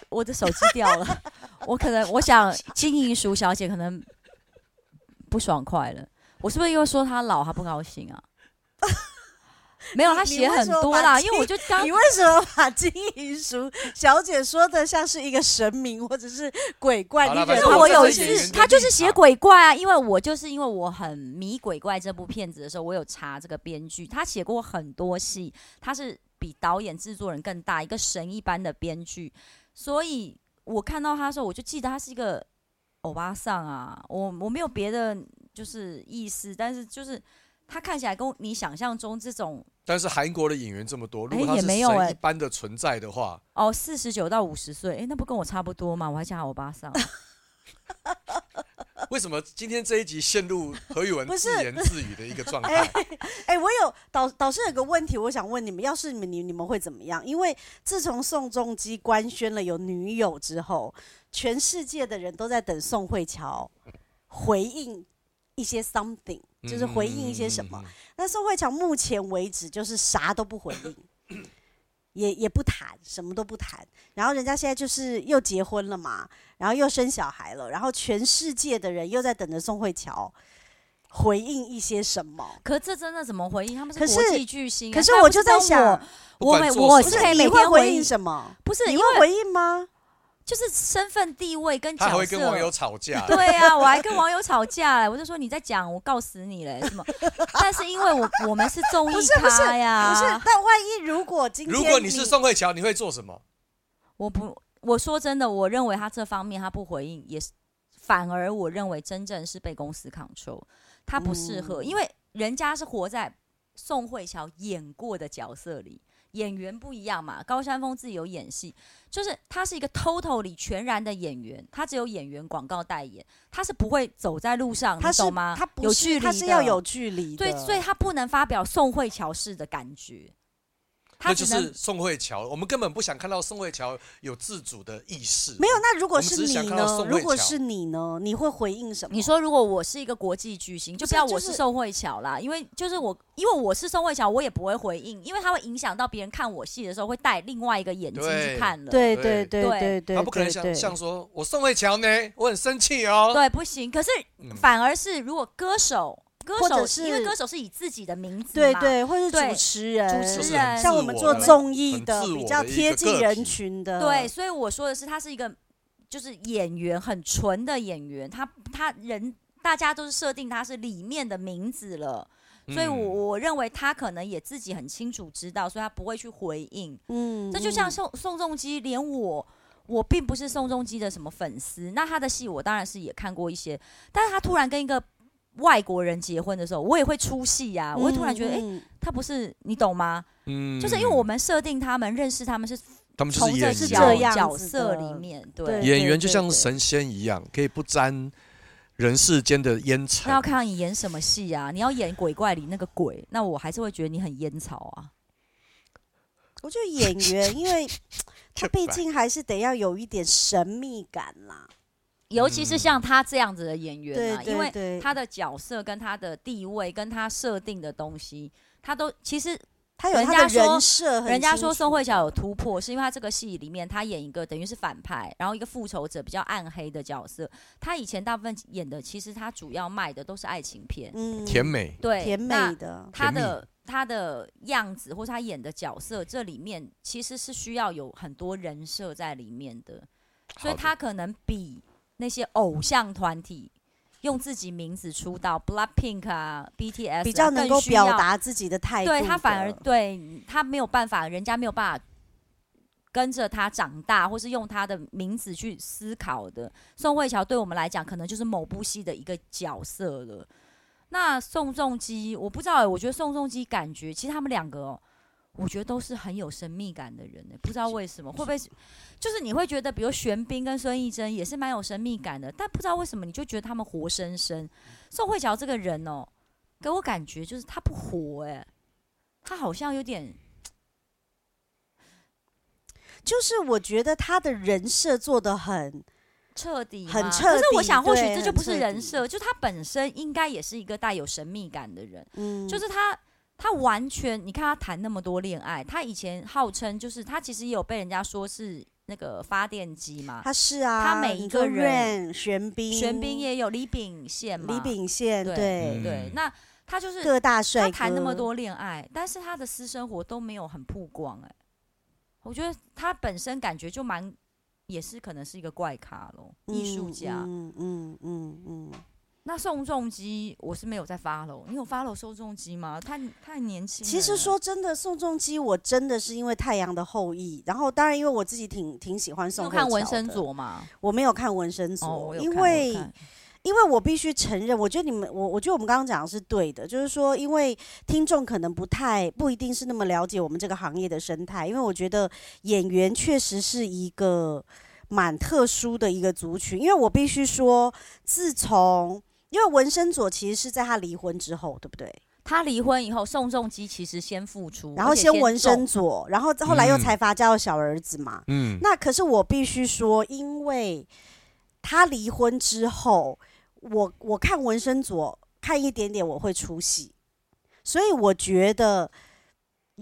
Speaker 5: 我的手机掉 了，我可能我想金银淑小姐可能不爽快了，我是不是又说她老，她不高兴 啊？没有，
Speaker 4: 你
Speaker 5: 她
Speaker 4: 你
Speaker 5: 写
Speaker 4: 为
Speaker 5: 很
Speaker 4: 什么
Speaker 5: 多
Speaker 4: 把
Speaker 5: 啦，
Speaker 4: 金
Speaker 5: 因为我就刚
Speaker 4: 你为什么把金银淑小姐说的像是一个神明或者是鬼怪？
Speaker 1: 好
Speaker 4: 你
Speaker 1: 啦
Speaker 4: 觉
Speaker 1: 反
Speaker 4: 得
Speaker 1: 正
Speaker 4: 她
Speaker 5: 我
Speaker 1: 这
Speaker 5: 有
Speaker 1: 个
Speaker 5: 一
Speaker 1: 演
Speaker 5: 次
Speaker 1: 员，的
Speaker 5: 他就是
Speaker 1: 立
Speaker 5: 写
Speaker 1: 场
Speaker 5: 鬼怪啊，因为我就是因为我很迷《鬼怪》这部片子的时候，我有查这个编剧，他写过很多戏，他是比导演、制作人更大，一个神一般的编剧，所以我看到他的时候，我就记得他是一个欧巴桑啊，我我没有别的就是意思，但是就是他看起来跟你想象中这种
Speaker 1: 但是韩国的演员这么多，如果
Speaker 5: 哎
Speaker 1: 他
Speaker 5: 也
Speaker 1: 是
Speaker 5: 没
Speaker 4: 欸
Speaker 5: 有
Speaker 1: 神
Speaker 5: 哎
Speaker 1: 一般的存在的话，
Speaker 5: 哦四十九到五十岁，哎，那不跟我差不多吗？我还叫他欧巴 桑，
Speaker 1: 为什么今天这一集陷入何宇文
Speaker 4: 不是
Speaker 1: 自言自语的一个状
Speaker 4: 哎
Speaker 1: 态？
Speaker 4: 哎、我有导导师有个问题，我想问你们，要是你们你你们会怎么样？因为自从宋仲基官宣了有女友之后，全世界的人都在等宋慧乔回应一些 something，就是回应
Speaker 1: 嗯
Speaker 4: 一些什么。那宋慧乔目前为止就是啥都不回 应，也也不谈，什么都不谈。然后人家现在就是又结婚了嘛，然后又生小孩了，然后全世界的人又在等着宋慧乔回应一些什么。
Speaker 5: 可是这真的怎么回应？他们
Speaker 4: 可
Speaker 5: 是
Speaker 4: 是
Speaker 5: 国际巨星啊、
Speaker 4: 可是
Speaker 5: 他也
Speaker 4: 我
Speaker 5: 不
Speaker 4: 就
Speaker 5: 知道
Speaker 4: 在想，
Speaker 1: 不
Speaker 5: 我
Speaker 1: 管
Speaker 5: 每
Speaker 1: 做
Speaker 5: 我
Speaker 1: 什么
Speaker 5: 是
Speaker 4: 不是
Speaker 5: 可以
Speaker 4: 你
Speaker 5: 每
Speaker 4: 会
Speaker 5: 天
Speaker 4: 回
Speaker 5: 应
Speaker 4: 应，什么？
Speaker 5: 不是
Speaker 4: 你
Speaker 5: 因
Speaker 4: 会
Speaker 5: 为
Speaker 4: 回应吗？
Speaker 5: 就是身份地位跟角
Speaker 1: 他
Speaker 5: 色，
Speaker 1: 还会跟网友吵架，
Speaker 5: 对啊，我还跟网友吵架嘞，我就说你在讲，我告死你嘞，什么？但是因为我我们是综艺
Speaker 4: 不是不是
Speaker 5: 咖呀，
Speaker 4: 不是，但万一如果今 天
Speaker 1: 如果你是宋慧乔，你会做什么？
Speaker 5: 我不，我说真的，我认为他这方面他不回应，也是反而我认为真正是被公司 control，他不适合，
Speaker 4: 嗯
Speaker 5: 因为人家是活在宋慧乔演过的角色里。演员不一样嘛，高山峰自己有演戏，就是他是一个 totally 全然的演员，他只有演员广告代言，他是不会走在路上，
Speaker 4: 他
Speaker 5: 你
Speaker 4: 是
Speaker 5: 懂吗？
Speaker 4: 他不
Speaker 5: 有
Speaker 4: 是
Speaker 5: 距离
Speaker 4: 他是
Speaker 5: 的
Speaker 4: 要有距离的，
Speaker 5: 对，所以他不能发表宋慧乔式的感觉， 他
Speaker 1: 那就
Speaker 5: 只能
Speaker 1: 是宋慧乔，我们根本不想看到宋慧乔有自主的意识。
Speaker 4: 没有。那如果
Speaker 1: 我们只
Speaker 4: 是
Speaker 1: 是
Speaker 4: 你
Speaker 1: 想看到
Speaker 4: 呢
Speaker 1: 宋？慧
Speaker 4: 如果
Speaker 1: 乔
Speaker 4: 是你呢？你会回应什么？
Speaker 5: 你说，如果我是一个国际巨星，就不
Speaker 4: 是啊
Speaker 5: 要
Speaker 4: 就
Speaker 5: 我是
Speaker 4: 是
Speaker 5: 宋慧乔啦，因为就是我，因为我是宋慧乔，我也不会回应，因为它会影响到别人看我戏的时候，会戴另外一个眼睛
Speaker 1: 对
Speaker 5: 去看了。
Speaker 4: 对
Speaker 1: 对
Speaker 4: 对对
Speaker 5: 对
Speaker 4: 对对，
Speaker 1: 他不可能
Speaker 4: 对
Speaker 1: 像
Speaker 4: 对
Speaker 1: 像说，我宋慧乔呢，我很生气哦。
Speaker 5: 对不行。可是
Speaker 1: 嗯
Speaker 5: 反而是如果歌手，歌
Speaker 4: 或
Speaker 5: 手
Speaker 4: 者是
Speaker 5: 因为歌手是以自己的名字
Speaker 4: 对
Speaker 5: 嘛，
Speaker 4: 对，或是
Speaker 5: 对
Speaker 4: 主持人，
Speaker 5: 持
Speaker 1: 就是
Speaker 5: 人
Speaker 1: 很自
Speaker 4: 像我们做
Speaker 1: 的
Speaker 4: 综艺
Speaker 1: 很
Speaker 4: 的
Speaker 1: 自
Speaker 4: 比
Speaker 1: 我
Speaker 4: 较
Speaker 1: 的一
Speaker 4: 贴
Speaker 1: 个
Speaker 4: 近
Speaker 1: 个
Speaker 4: 人
Speaker 1: 体
Speaker 4: 群的，
Speaker 5: 对，所以我说的是，他是一个就是演员很纯的演员，他他人大家都是设定他是里面的名字了，所以我
Speaker 1: 嗯
Speaker 5: 我认为他可能也自己很清楚知道，所以他不会去回应。
Speaker 4: 嗯，
Speaker 5: 这就像
Speaker 4: 嗯
Speaker 5: 宋宋仲基，连我我并不是宋仲基的什么粉丝，那他的戏我当然是也看过一些，但是他突然跟一个外国人结婚的时候，我也会出戏呀、我会突然觉得，哎、
Speaker 4: 嗯嗯
Speaker 5: 他不是你懂吗？
Speaker 1: 嗯
Speaker 5: 就是因为我们设定他们认识他们是
Speaker 1: 他们就
Speaker 5: 从
Speaker 1: 是
Speaker 5: 这
Speaker 1: 演
Speaker 4: 是
Speaker 5: 角
Speaker 4: 这
Speaker 1: 员，
Speaker 4: 样
Speaker 5: 角
Speaker 4: 子
Speaker 5: 色
Speaker 4: 的
Speaker 5: 里面，
Speaker 4: 对
Speaker 5: 对，
Speaker 1: 演员就像
Speaker 4: 对对
Speaker 1: 神仙一样，可以不沾人世间的烟尘
Speaker 5: 那。要看你演什么戏啊？你要演鬼怪里那个鬼，那我还是会觉得你很烟草啊。
Speaker 4: 嗯我觉得演 员，因为他毕竟还是得要有一点神秘感啦。
Speaker 5: 尤其是
Speaker 1: 嗯
Speaker 5: 像他这样子的演员
Speaker 4: 对
Speaker 5: 啊，因
Speaker 4: 对
Speaker 5: 为
Speaker 4: 对，
Speaker 5: 他的角色跟他的地位跟他设定的东西，他都其实
Speaker 4: 他有
Speaker 5: 人
Speaker 4: 他
Speaker 5: 家
Speaker 4: 的
Speaker 5: 说
Speaker 4: 人设很清楚，
Speaker 5: 人家说宋慧乔有突破，是因为他这个戏里面他演一个等于是反派，然后一个复仇者比较暗黑的角色。他以前大部分演的其实他主要卖的都是爱情片，
Speaker 4: 嗯
Speaker 1: 甜美，
Speaker 5: 对，
Speaker 4: 甜美
Speaker 5: 那
Speaker 4: 的，
Speaker 5: 他
Speaker 1: 甜蜜
Speaker 5: 的他的样子或是他演的角色，这里面其实是需要有很多人设在里面的，所以
Speaker 1: 好的
Speaker 5: 他可能比那些偶像团体用自己名字出道，Blackpink 啊、BTS 啊
Speaker 4: 比较能够
Speaker 5: 更需要
Speaker 4: 表达自己的态度的。
Speaker 5: 对他反而对嗯他没有办法，人家没有办法跟着他长大，或是用他的名字去思考的。宋慧乔对我们来讲，可能就是某部戏的一个角色了。那宋仲基，我不知道、欸，我觉得宋仲基感觉，其实他们两个、哦，我觉得都是很有神秘感的人、欸，不知道为什么，会不会是就是你会觉得，比如玄彬跟孙艺珍也是蛮有神秘感的，但不知道为什么你就觉得他们活生生。宋慧乔这个人哦，给我感觉就是他不活、欸，他好像有点
Speaker 4: 就是我觉得他的人设做的很，
Speaker 5: 彻底嘛，
Speaker 4: 很彻
Speaker 5: 可是我
Speaker 4: 底
Speaker 5: 想，或许
Speaker 4: 对
Speaker 5: 这就
Speaker 4: 很
Speaker 5: 不是
Speaker 4: 彻
Speaker 5: 人
Speaker 4: 底
Speaker 5: 设，就他本身应该也是一个带有神秘感的人。
Speaker 4: 嗯，
Speaker 5: 就是他，他完全，你看他谈那么多恋爱，他以前号称就是他其实也有被人家说是那个发电机嘛，
Speaker 4: 他是啊，
Speaker 5: 他每一个人
Speaker 4: 你说 Rain，玄彬，
Speaker 5: 玄彬也有李秉宪嘛，
Speaker 4: 李秉宪，
Speaker 5: 对
Speaker 4: 对，
Speaker 5: 对，
Speaker 1: 嗯
Speaker 5: 那他就是
Speaker 4: 各大帅
Speaker 5: 他
Speaker 4: 哥，
Speaker 5: 谈那么，多恋爱，但是他的私生活都没有很曝光、哎，我觉得他本身感觉就蛮，也是可能是一个怪咖咯，艺术家。
Speaker 4: 嗯嗯嗯嗯嗯嗯，
Speaker 5: 那宋仲基我是没有在 follow，你有 follow 宋仲基吗？太太年轻了。
Speaker 4: 其实说真的，宋仲基我真的是因为《太阳的后裔》，然后当然因为我自己挺挺喜欢
Speaker 5: 你
Speaker 4: 宋
Speaker 5: 有
Speaker 4: 慧乔
Speaker 5: 看
Speaker 4: 的。
Speaker 5: 纹身，佐吗？
Speaker 4: 我没有看文身佐，
Speaker 5: 哦，我有
Speaker 4: 因
Speaker 5: 看我有
Speaker 4: 为
Speaker 5: 看
Speaker 4: 因为我必须承认，我觉得你们，我我觉得我们刚刚讲的是对的，就是说，因为听众可能不太不一定是那么了解我们这个行业的生态，因为我觉得演员确实是一个蛮特殊的一个族群，因为我必须说，自从因为文身佐其实是在他离婚之后，对不对？
Speaker 5: 他离婚以后，宋仲基其实先复出，
Speaker 4: 然后
Speaker 5: 而且先
Speaker 4: 文身
Speaker 5: 中
Speaker 4: 佐，然后后来又
Speaker 1: 嗯
Speaker 4: 财阀家有小儿子嘛，
Speaker 1: 嗯，
Speaker 4: 那可是我必须说，因为他离婚之后，我我看文身佐看一点点，我会出戏，所以我觉得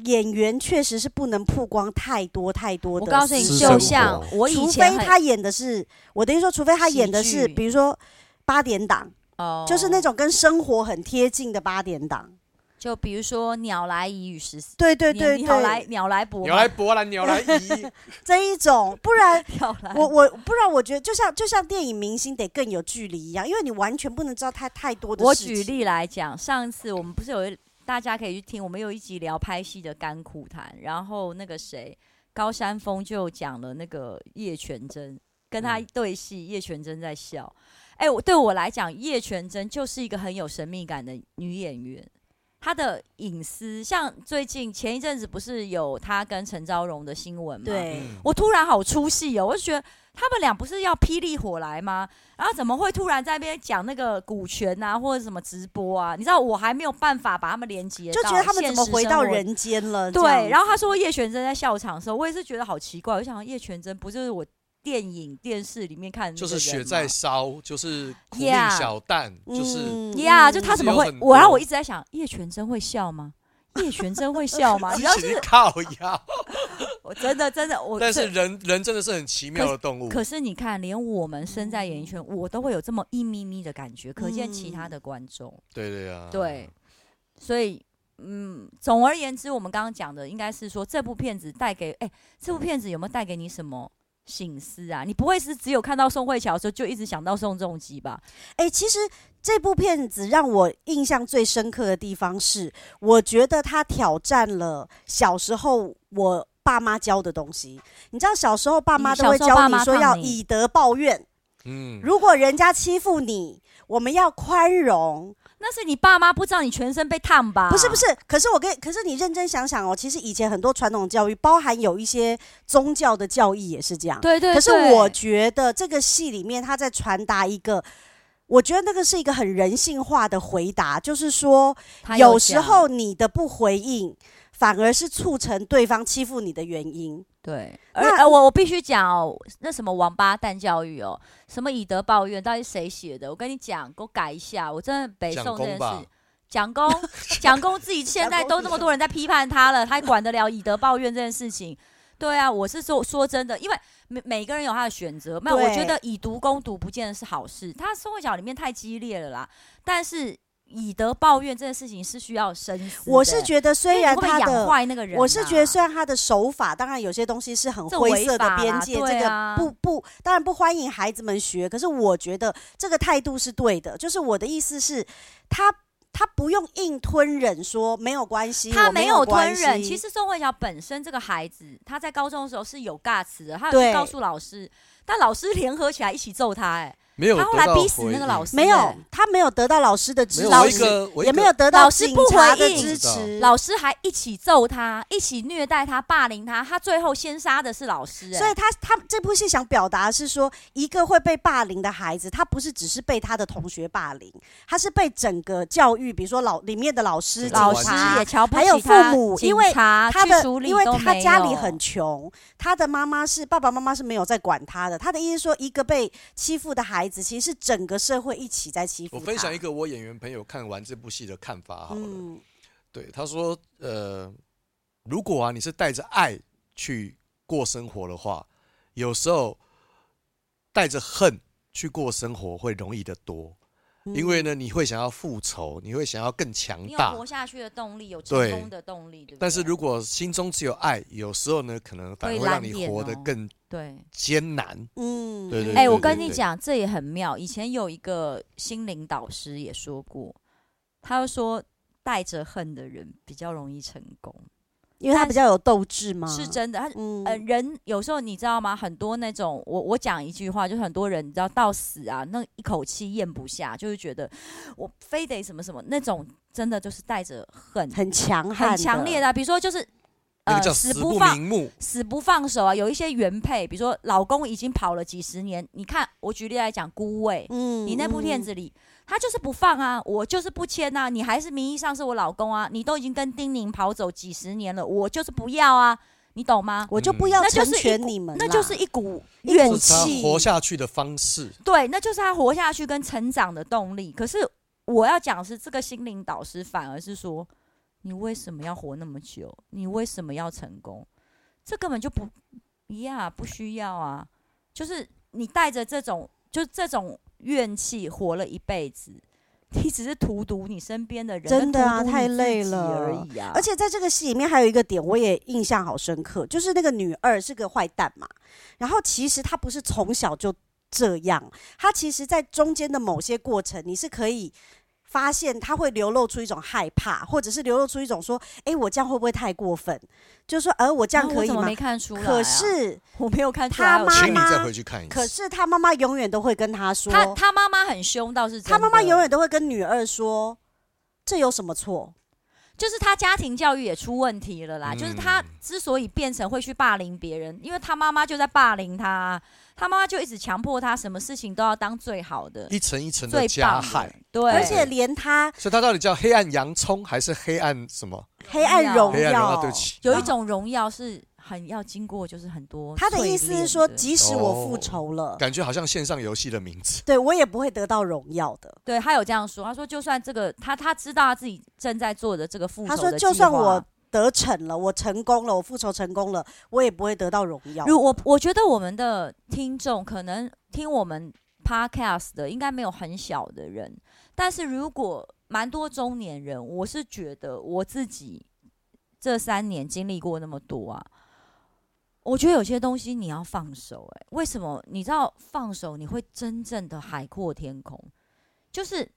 Speaker 4: 演员确实是不能曝光太多太多
Speaker 5: 我
Speaker 4: 的。
Speaker 5: 告诉你，
Speaker 1: 私
Speaker 5: 就
Speaker 1: 生
Speaker 5: 像
Speaker 1: 活
Speaker 5: 我以
Speaker 4: 除
Speaker 5: 前
Speaker 4: 非
Speaker 5: 很
Speaker 4: 他演的是，我等于说，除非他演的
Speaker 5: 喜
Speaker 4: 是，
Speaker 5: 剧
Speaker 4: 比如说八点档，
Speaker 5: 哦，
Speaker 4: 就是那，种跟生活很贴近的八点档。
Speaker 5: 就比如说鸟来蚁与十四，
Speaker 4: 对对
Speaker 5: 鸟
Speaker 4: 对
Speaker 5: 鸟来
Speaker 4: 对，
Speaker 5: 鸟来伯，
Speaker 1: 鸟来博兰，鸟来移，
Speaker 4: 这一种，不然
Speaker 5: 鸟来，
Speaker 4: 我我不然我觉得就像就像电影明星得更有距离一样，因为你完全不能知道太太多的
Speaker 5: 我
Speaker 4: 事情
Speaker 5: 举例来讲，上一次我们不是有一大家可以去听，我们有一集聊拍戏的甘苦谈，然后那个谁高山峰就讲了那个叶全真跟他
Speaker 1: 嗯
Speaker 5: 对戏，叶全真在笑。哎、我对我来讲，叶全真就是一个很有神秘感的女演员。她的隐私，像最近前一阵子不是有她跟陈昭荣的新闻吗？
Speaker 4: 对，
Speaker 1: 嗯
Speaker 5: 我突然好出戏哦，我就觉得他们俩不是要霹雳火来吗？然后怎么会突然在那边讲那个股权啊，或者什么直播啊？你知道我还没有办法把他们连接
Speaker 4: 就
Speaker 5: 到
Speaker 4: 觉得他们怎
Speaker 5: 现
Speaker 4: 么
Speaker 5: 实
Speaker 4: 回到
Speaker 5: 生活
Speaker 4: 人间了？这样
Speaker 5: 对，然后他说叶全真在笑场的时候，我也是觉得好奇怪，我想叶全真不就是我电影电视里面看的那
Speaker 1: 就
Speaker 5: 个
Speaker 1: 是雪
Speaker 5: 人吗
Speaker 1: 在烧，就是苦力
Speaker 5: Yeah
Speaker 1: 小蛋，就是
Speaker 4: 嗯
Speaker 5: 呀
Speaker 4: 嗯
Speaker 5: 就他怎么
Speaker 1: 有
Speaker 5: 会
Speaker 1: 很？多
Speaker 5: 我然后我一直在想，叶全真会笑吗？ 叶全真会笑吗？啊
Speaker 1: 激
Speaker 5: 你知道
Speaker 1: 情
Speaker 5: 是
Speaker 1: 的靠腰。
Speaker 5: 我真的真 的我
Speaker 1: 但
Speaker 5: 这
Speaker 1: 是人人真的是很奇妙的动物，
Speaker 4: 嗯
Speaker 5: 可是你看，连我们身在演艺圈，我都会有这么一咪咪的感觉，可见其
Speaker 4: 嗯
Speaker 5: 他的观众、
Speaker 1: 对对啊，
Speaker 5: 对，所以。嗯，总而言之，我们刚刚讲的应该是说，这部片子带给哎、这部片子有没有带给你什么醒思啊？你不会是只有看到宋慧乔的时候就一直想到宋仲基吧？
Speaker 4: 哎、其实这部片子让我印象最深刻的地方是，我觉得他挑战了小时候我爸妈教的东西。你知道，小时候爸妈
Speaker 5: 你
Speaker 4: 都会
Speaker 5: 小时候爸
Speaker 4: 教你
Speaker 5: 妈
Speaker 4: 说
Speaker 5: 烫
Speaker 4: 要
Speaker 5: 你
Speaker 4: 以德报怨，
Speaker 1: 嗯，
Speaker 4: 如果人家欺负你，我们要宽容。
Speaker 5: 那是你爸妈不知道你全身被烫吧？
Speaker 4: 不是不是，可是我跟可是你认真想想哦，其实以前很多传统教育，包含有一些宗教的教义也是这样。
Speaker 5: 对对对。
Speaker 4: 可是我觉得这个戏里面他在传达一个，我觉得那个是一个很人性化的回答，就是说
Speaker 5: 他
Speaker 4: 有
Speaker 5: 有
Speaker 4: 时
Speaker 5: 讲
Speaker 4: 候你的不回应，反而是促成对方欺负你的原因。
Speaker 5: 对，而
Speaker 4: 那
Speaker 5: 而我我必须讲哦，那什么王八蛋教育哦，什么以德报怨，到底谁写的？我跟你讲，给我改一下，我真的北
Speaker 1: 蒋
Speaker 5: 宋这
Speaker 1: 公
Speaker 5: 件
Speaker 1: 吧
Speaker 5: 事。蒋公，蒋公自己现在都那么多人在批判他了，他还管得了以德报怨这件事情？对啊，我是说说真的，因为每每个人有他的选择。那我觉
Speaker 4: 对
Speaker 5: 得以毒攻毒不见得是好事，他社会角里面太激烈了啦。但是以德报怨这件事情是需要深思的。
Speaker 4: 我是觉得
Speaker 5: 因为
Speaker 4: 虽
Speaker 5: 你
Speaker 4: 然
Speaker 5: 会不会
Speaker 4: 他
Speaker 5: 养
Speaker 4: 的
Speaker 5: 坏那个人啊、
Speaker 4: 我是觉得，虽然他的手法，当然有些东西是很
Speaker 5: 这
Speaker 4: 灰
Speaker 5: 违
Speaker 4: 色的
Speaker 5: 法
Speaker 4: 边
Speaker 5: 啦
Speaker 4: 界，这
Speaker 5: 对
Speaker 4: 个
Speaker 5: 啊
Speaker 4: 不不，当然不欢迎孩子们学。可是我觉得这个态度是对的，就是我的意思是，他他不用硬吞忍说没有关系，
Speaker 5: 他
Speaker 4: 我没
Speaker 5: 没有吞
Speaker 4: 关
Speaker 5: 忍。
Speaker 4: 系
Speaker 5: 其实宋慧乔本身这个孩子，他在高中的时候是有尬词的，他有
Speaker 4: 对
Speaker 5: 去告诉老师，但老师联合起来一起揍他、哎，
Speaker 1: 没有
Speaker 5: 他后
Speaker 1: 得
Speaker 5: 来
Speaker 1: 到
Speaker 5: 逼死
Speaker 1: 回
Speaker 5: 那个
Speaker 1: 应
Speaker 5: 老师、
Speaker 4: 没有
Speaker 5: 哎，
Speaker 4: 他没有得到老师的
Speaker 1: 没
Speaker 4: 指
Speaker 1: 有
Speaker 4: 导
Speaker 1: 我一
Speaker 4: 意，
Speaker 1: 个我一
Speaker 4: 也
Speaker 1: 个
Speaker 4: 没有得到
Speaker 5: 老师
Speaker 4: 警
Speaker 5: 不
Speaker 4: 察
Speaker 5: 回
Speaker 4: 的
Speaker 5: 应
Speaker 4: 支
Speaker 1: 知道
Speaker 4: 持。
Speaker 5: 老师还一起揍他，一起虐待他，霸凌他，他最后先杀的是老师、哎
Speaker 4: 所以他他这部戏想表达的是说，一个会被霸凌的孩子，他不是只是被他的同学霸凌，他是被整个教育，比如说老里面的老师、
Speaker 1: 整个
Speaker 5: 老
Speaker 4: 警
Speaker 5: 师
Speaker 4: 察
Speaker 5: 也瞧不
Speaker 4: 还
Speaker 5: 起
Speaker 4: 有
Speaker 5: 他
Speaker 4: 父母
Speaker 5: 警
Speaker 4: 因为
Speaker 5: 察
Speaker 4: 他
Speaker 5: 去
Speaker 4: 的
Speaker 5: 处，理
Speaker 4: 因为
Speaker 5: 都
Speaker 4: 他
Speaker 5: 没
Speaker 4: 家里
Speaker 5: 有
Speaker 4: 很穷，他的妈妈是爸爸妈妈是没有在管他的。他的意思说，一个被欺负的孩子，其实是整个社会一起在欺负
Speaker 1: 我
Speaker 4: 他。
Speaker 1: 分享一个我演员朋友看完这部戏的看法好了，
Speaker 4: 嗯，
Speaker 1: 对他说，呃，如果啊你是带着爱去过生活的话，有时候带着恨去过生活会容易得多。因为呢，你会想要复仇，你会想要更强
Speaker 5: 嗯你有
Speaker 1: 大
Speaker 5: 活。下去的动力，有成
Speaker 1: 对
Speaker 5: 功的动力，对不对？
Speaker 1: 但是如果心中只有爱，有时候呢，可能反而
Speaker 5: 会
Speaker 1: 会让
Speaker 5: 懒
Speaker 1: 你
Speaker 5: 眼
Speaker 1: 活得
Speaker 5: 哦
Speaker 1: 更
Speaker 5: 对，
Speaker 1: 艰难。
Speaker 4: 嗯，
Speaker 1: 对对
Speaker 5: 哎、我
Speaker 1: 对
Speaker 5: 跟你
Speaker 1: 对
Speaker 5: 讲，这也很妙。以前有一个心灵导师也说过，他就说带着恨的人比较容易成功，
Speaker 4: 因为他比较有斗志嘛，
Speaker 5: 是，真的。他
Speaker 4: 嗯
Speaker 5: 呃，人有时候你知道吗？很多那种我我讲一句话，就是很多人你知道到死啊，那一口气咽不下，就是觉得我非得什么什么那种，真的就是带着恨，
Speaker 4: 很强悍，
Speaker 5: 很强烈，的，比如说就是
Speaker 1: 那
Speaker 5: 呃
Speaker 1: 个叫
Speaker 5: 死
Speaker 1: 死
Speaker 5: 不
Speaker 1: 不
Speaker 5: 放
Speaker 1: 瞑目，
Speaker 5: 死不放手啊。有一些原配，比如说老公已经跑了几十年，你看我举例来讲，孤味，
Speaker 4: 嗯
Speaker 5: 你那部片，子里，他就是不放啊，我就是不签啊，你还是名义上是我老公啊，你都已经跟丁宁跑走几十年了，我就是不要啊，你懂吗？
Speaker 4: 我就不要
Speaker 1: 嗯
Speaker 5: 那就
Speaker 4: 成
Speaker 5: 是一
Speaker 4: 全
Speaker 5: 股
Speaker 4: 你们啦，
Speaker 5: 那就是一股
Speaker 4: 一
Speaker 5: 怨
Speaker 4: 股
Speaker 1: 这是他
Speaker 4: 气
Speaker 1: 活下去的方式。
Speaker 5: 对，那就是他活下去跟成长的动力。可是我要讲的是，这个心灵导师反而是说，你为什么要活那么久？你为什么要成功？这根本就不一样、不需要啊！就是你带着这种，就这种怨气活了一辈子，你只是荼毒你身边的人，跟
Speaker 4: 真的
Speaker 5: 荼
Speaker 4: 啊
Speaker 5: 毒你
Speaker 4: 太
Speaker 5: 自
Speaker 4: 累
Speaker 5: 己
Speaker 4: 了
Speaker 5: 而已啊！
Speaker 4: 而且在这个戏里面还有一个点，我也印象好深刻，就是那个女二是个坏蛋嘛。然后其实她不是从小就这样，她其实在中间的某些过程，你是可以发现她会流露出一种害怕，或者是流露出一种说：“哎，我这样会不会太过分？”就是说，呃，我这样
Speaker 5: 啊我
Speaker 4: 可以
Speaker 5: 怎么
Speaker 4: 吗
Speaker 5: 没？看出来、啊？
Speaker 4: 可是，
Speaker 5: 我没有看出
Speaker 4: 他
Speaker 5: 来我
Speaker 4: 妈
Speaker 5: 觉
Speaker 1: 请
Speaker 5: 得
Speaker 1: 你
Speaker 4: 妈
Speaker 1: 再回去看一次。
Speaker 4: 可是她妈妈永远都会跟她说，
Speaker 5: 他他妈妈很凶，倒是
Speaker 4: 她妈妈
Speaker 5: 真的
Speaker 4: 永远都会跟女二说：“这有什么错？
Speaker 5: 就是他家庭教育也出问题了啦。
Speaker 1: 嗯
Speaker 5: 就是他之所以变成会去霸凌别人，因为他妈妈就在霸凌他，他妈妈就一直强迫他什么事情都要当最好的、
Speaker 1: 一层一层的
Speaker 5: 最
Speaker 1: 加
Speaker 5: 棒
Speaker 1: 害
Speaker 5: 的，。对，
Speaker 4: 而且连她
Speaker 1: 所以它到底叫黑暗洋葱还是黑暗什么？
Speaker 4: 黑暗
Speaker 5: 荣耀
Speaker 4: 荣
Speaker 1: 黑暗荣耀，
Speaker 4: 耀
Speaker 1: 对不起，
Speaker 5: 哦有一种荣耀是很要经过，就是很多
Speaker 4: 他的意思是说，
Speaker 5: 淬炼的
Speaker 4: 即使我
Speaker 1: 哦
Speaker 4: 复仇了，
Speaker 1: 感觉好像线上游戏的名字。
Speaker 4: 对我也不会得到荣耀的。
Speaker 5: 对他有这样说，他说就算这个他他知道他自己正在做的这个复仇
Speaker 4: 他
Speaker 5: 的
Speaker 4: 说，就算
Speaker 5: 计划
Speaker 4: 我得逞了，我成功了，我复仇成功了，我也不会得到荣耀。
Speaker 5: 如我我觉得我们的听众可能听我们 podcast 的应该没有很小的人，但是如果蛮多中年人，我是觉得我自己这三年经历过那么多啊，我觉得有些东西你要放手、欸，为什么？你知道放手你会真正的海阔天空，就是。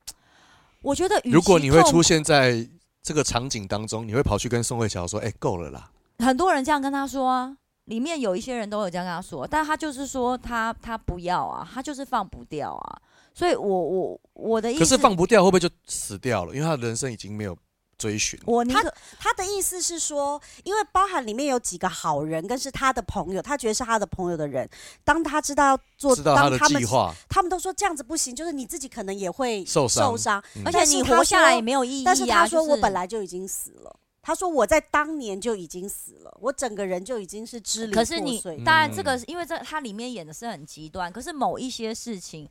Speaker 5: 我觉得，
Speaker 1: 如果你会出，现在这个场景当中，你会跑去跟宋慧乔说：“哎，够了啦
Speaker 5: 很多人这样跟他说啊，里面有一些人都有这样跟他说，但他就是说他他不要啊，他就是放不掉啊。所以我我我的意！”思，
Speaker 1: 可是放不掉，会不会就死掉了？因为他的人生已经没有追寻。
Speaker 5: 我宁可嗯
Speaker 4: 他的意思是说，因为包含里面有几个好人，跟是他的朋友，他觉得是他的朋友的人，当他知道要做，
Speaker 1: 知道他
Speaker 4: 当
Speaker 1: 的
Speaker 4: 他们
Speaker 1: 计划，
Speaker 4: 他们都说这样子不行，就是你自己可能也会
Speaker 1: 受伤
Speaker 4: 受伤，
Speaker 5: 而且
Speaker 4: 但是
Speaker 5: 你
Speaker 4: 他
Speaker 5: 活下来
Speaker 4: 说
Speaker 5: 也没有意义啊。
Speaker 4: 但是他说
Speaker 5: 就是
Speaker 4: 我本来就已经死了，他说我在当年就已经死了，我整个人就已经是支离
Speaker 5: 可是
Speaker 4: 破
Speaker 5: 你
Speaker 4: 碎的。
Speaker 5: 当然
Speaker 1: 嗯
Speaker 5: 这个是，因为这它里面演的是很极端，可是某一些事情，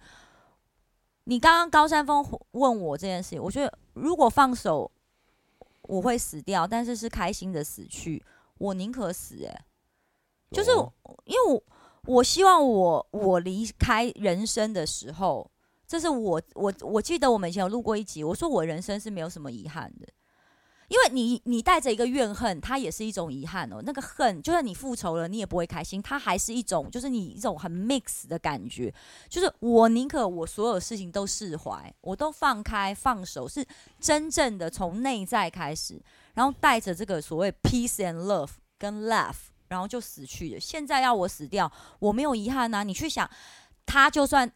Speaker 5: 你刚刚高山峰问我这件事情，我觉得如果放手，我会死掉，但是是开心的死去，我宁可死、欸，就是
Speaker 1: 哦
Speaker 5: 因为我我希望我我离开人生的时候，这是我我我记得我们以前有录过一集，我说我人生是没有什么遗憾的，因为你你带着一个怨恨，它也是一种遗憾哦。那个恨，就算你复仇了，你也不会开心，它还是一种就是你一种很 mix 的感觉，就是我宁可我所有事情都释怀，我都放开放手，是真正的从内在开始，然后带着这个所谓 peace and love 跟 laugh，然后就死去了。现在要我死掉，我没有遗憾呐、你去想，他就算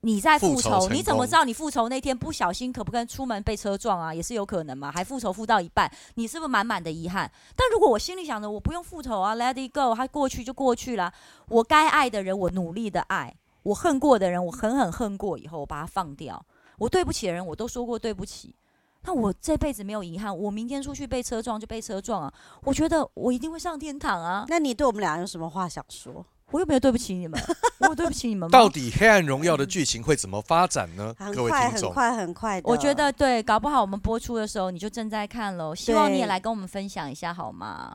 Speaker 5: 你在复
Speaker 1: 复仇
Speaker 5: 仇，
Speaker 1: 成
Speaker 5: 你怎么
Speaker 1: 功
Speaker 5: 知道你复仇那天不小心可不可能出门被车撞啊？也是有可能嘛。还复仇复到一半，你是不是满满的遗憾？但如果我心里想着我不用复仇啊，let it go，它过去就过去啦。我该爱的人，我努力的爱；我恨过的人，我狠狠恨过，以后我把它放掉。我对不起的人，我都说过对不起。那我这辈子没有遗憾，我明天出去被车撞就被车撞啊！我觉得我一定会上天堂啊！
Speaker 4: 那你对我们俩有什么话想说？
Speaker 5: 我又没有对不起你们，我有对不起你们吗？
Speaker 1: 到底《黑暗荣耀》的剧情会怎么发展呢？
Speaker 4: 很
Speaker 1: 各位
Speaker 4: 快，
Speaker 1: 听
Speaker 4: 很
Speaker 1: 众，
Speaker 4: 快，很快的。
Speaker 5: 我觉得对，搞不好我们播出的时候你就正在看喽。希望你也
Speaker 4: 对
Speaker 5: 来跟我们分享一下好吗？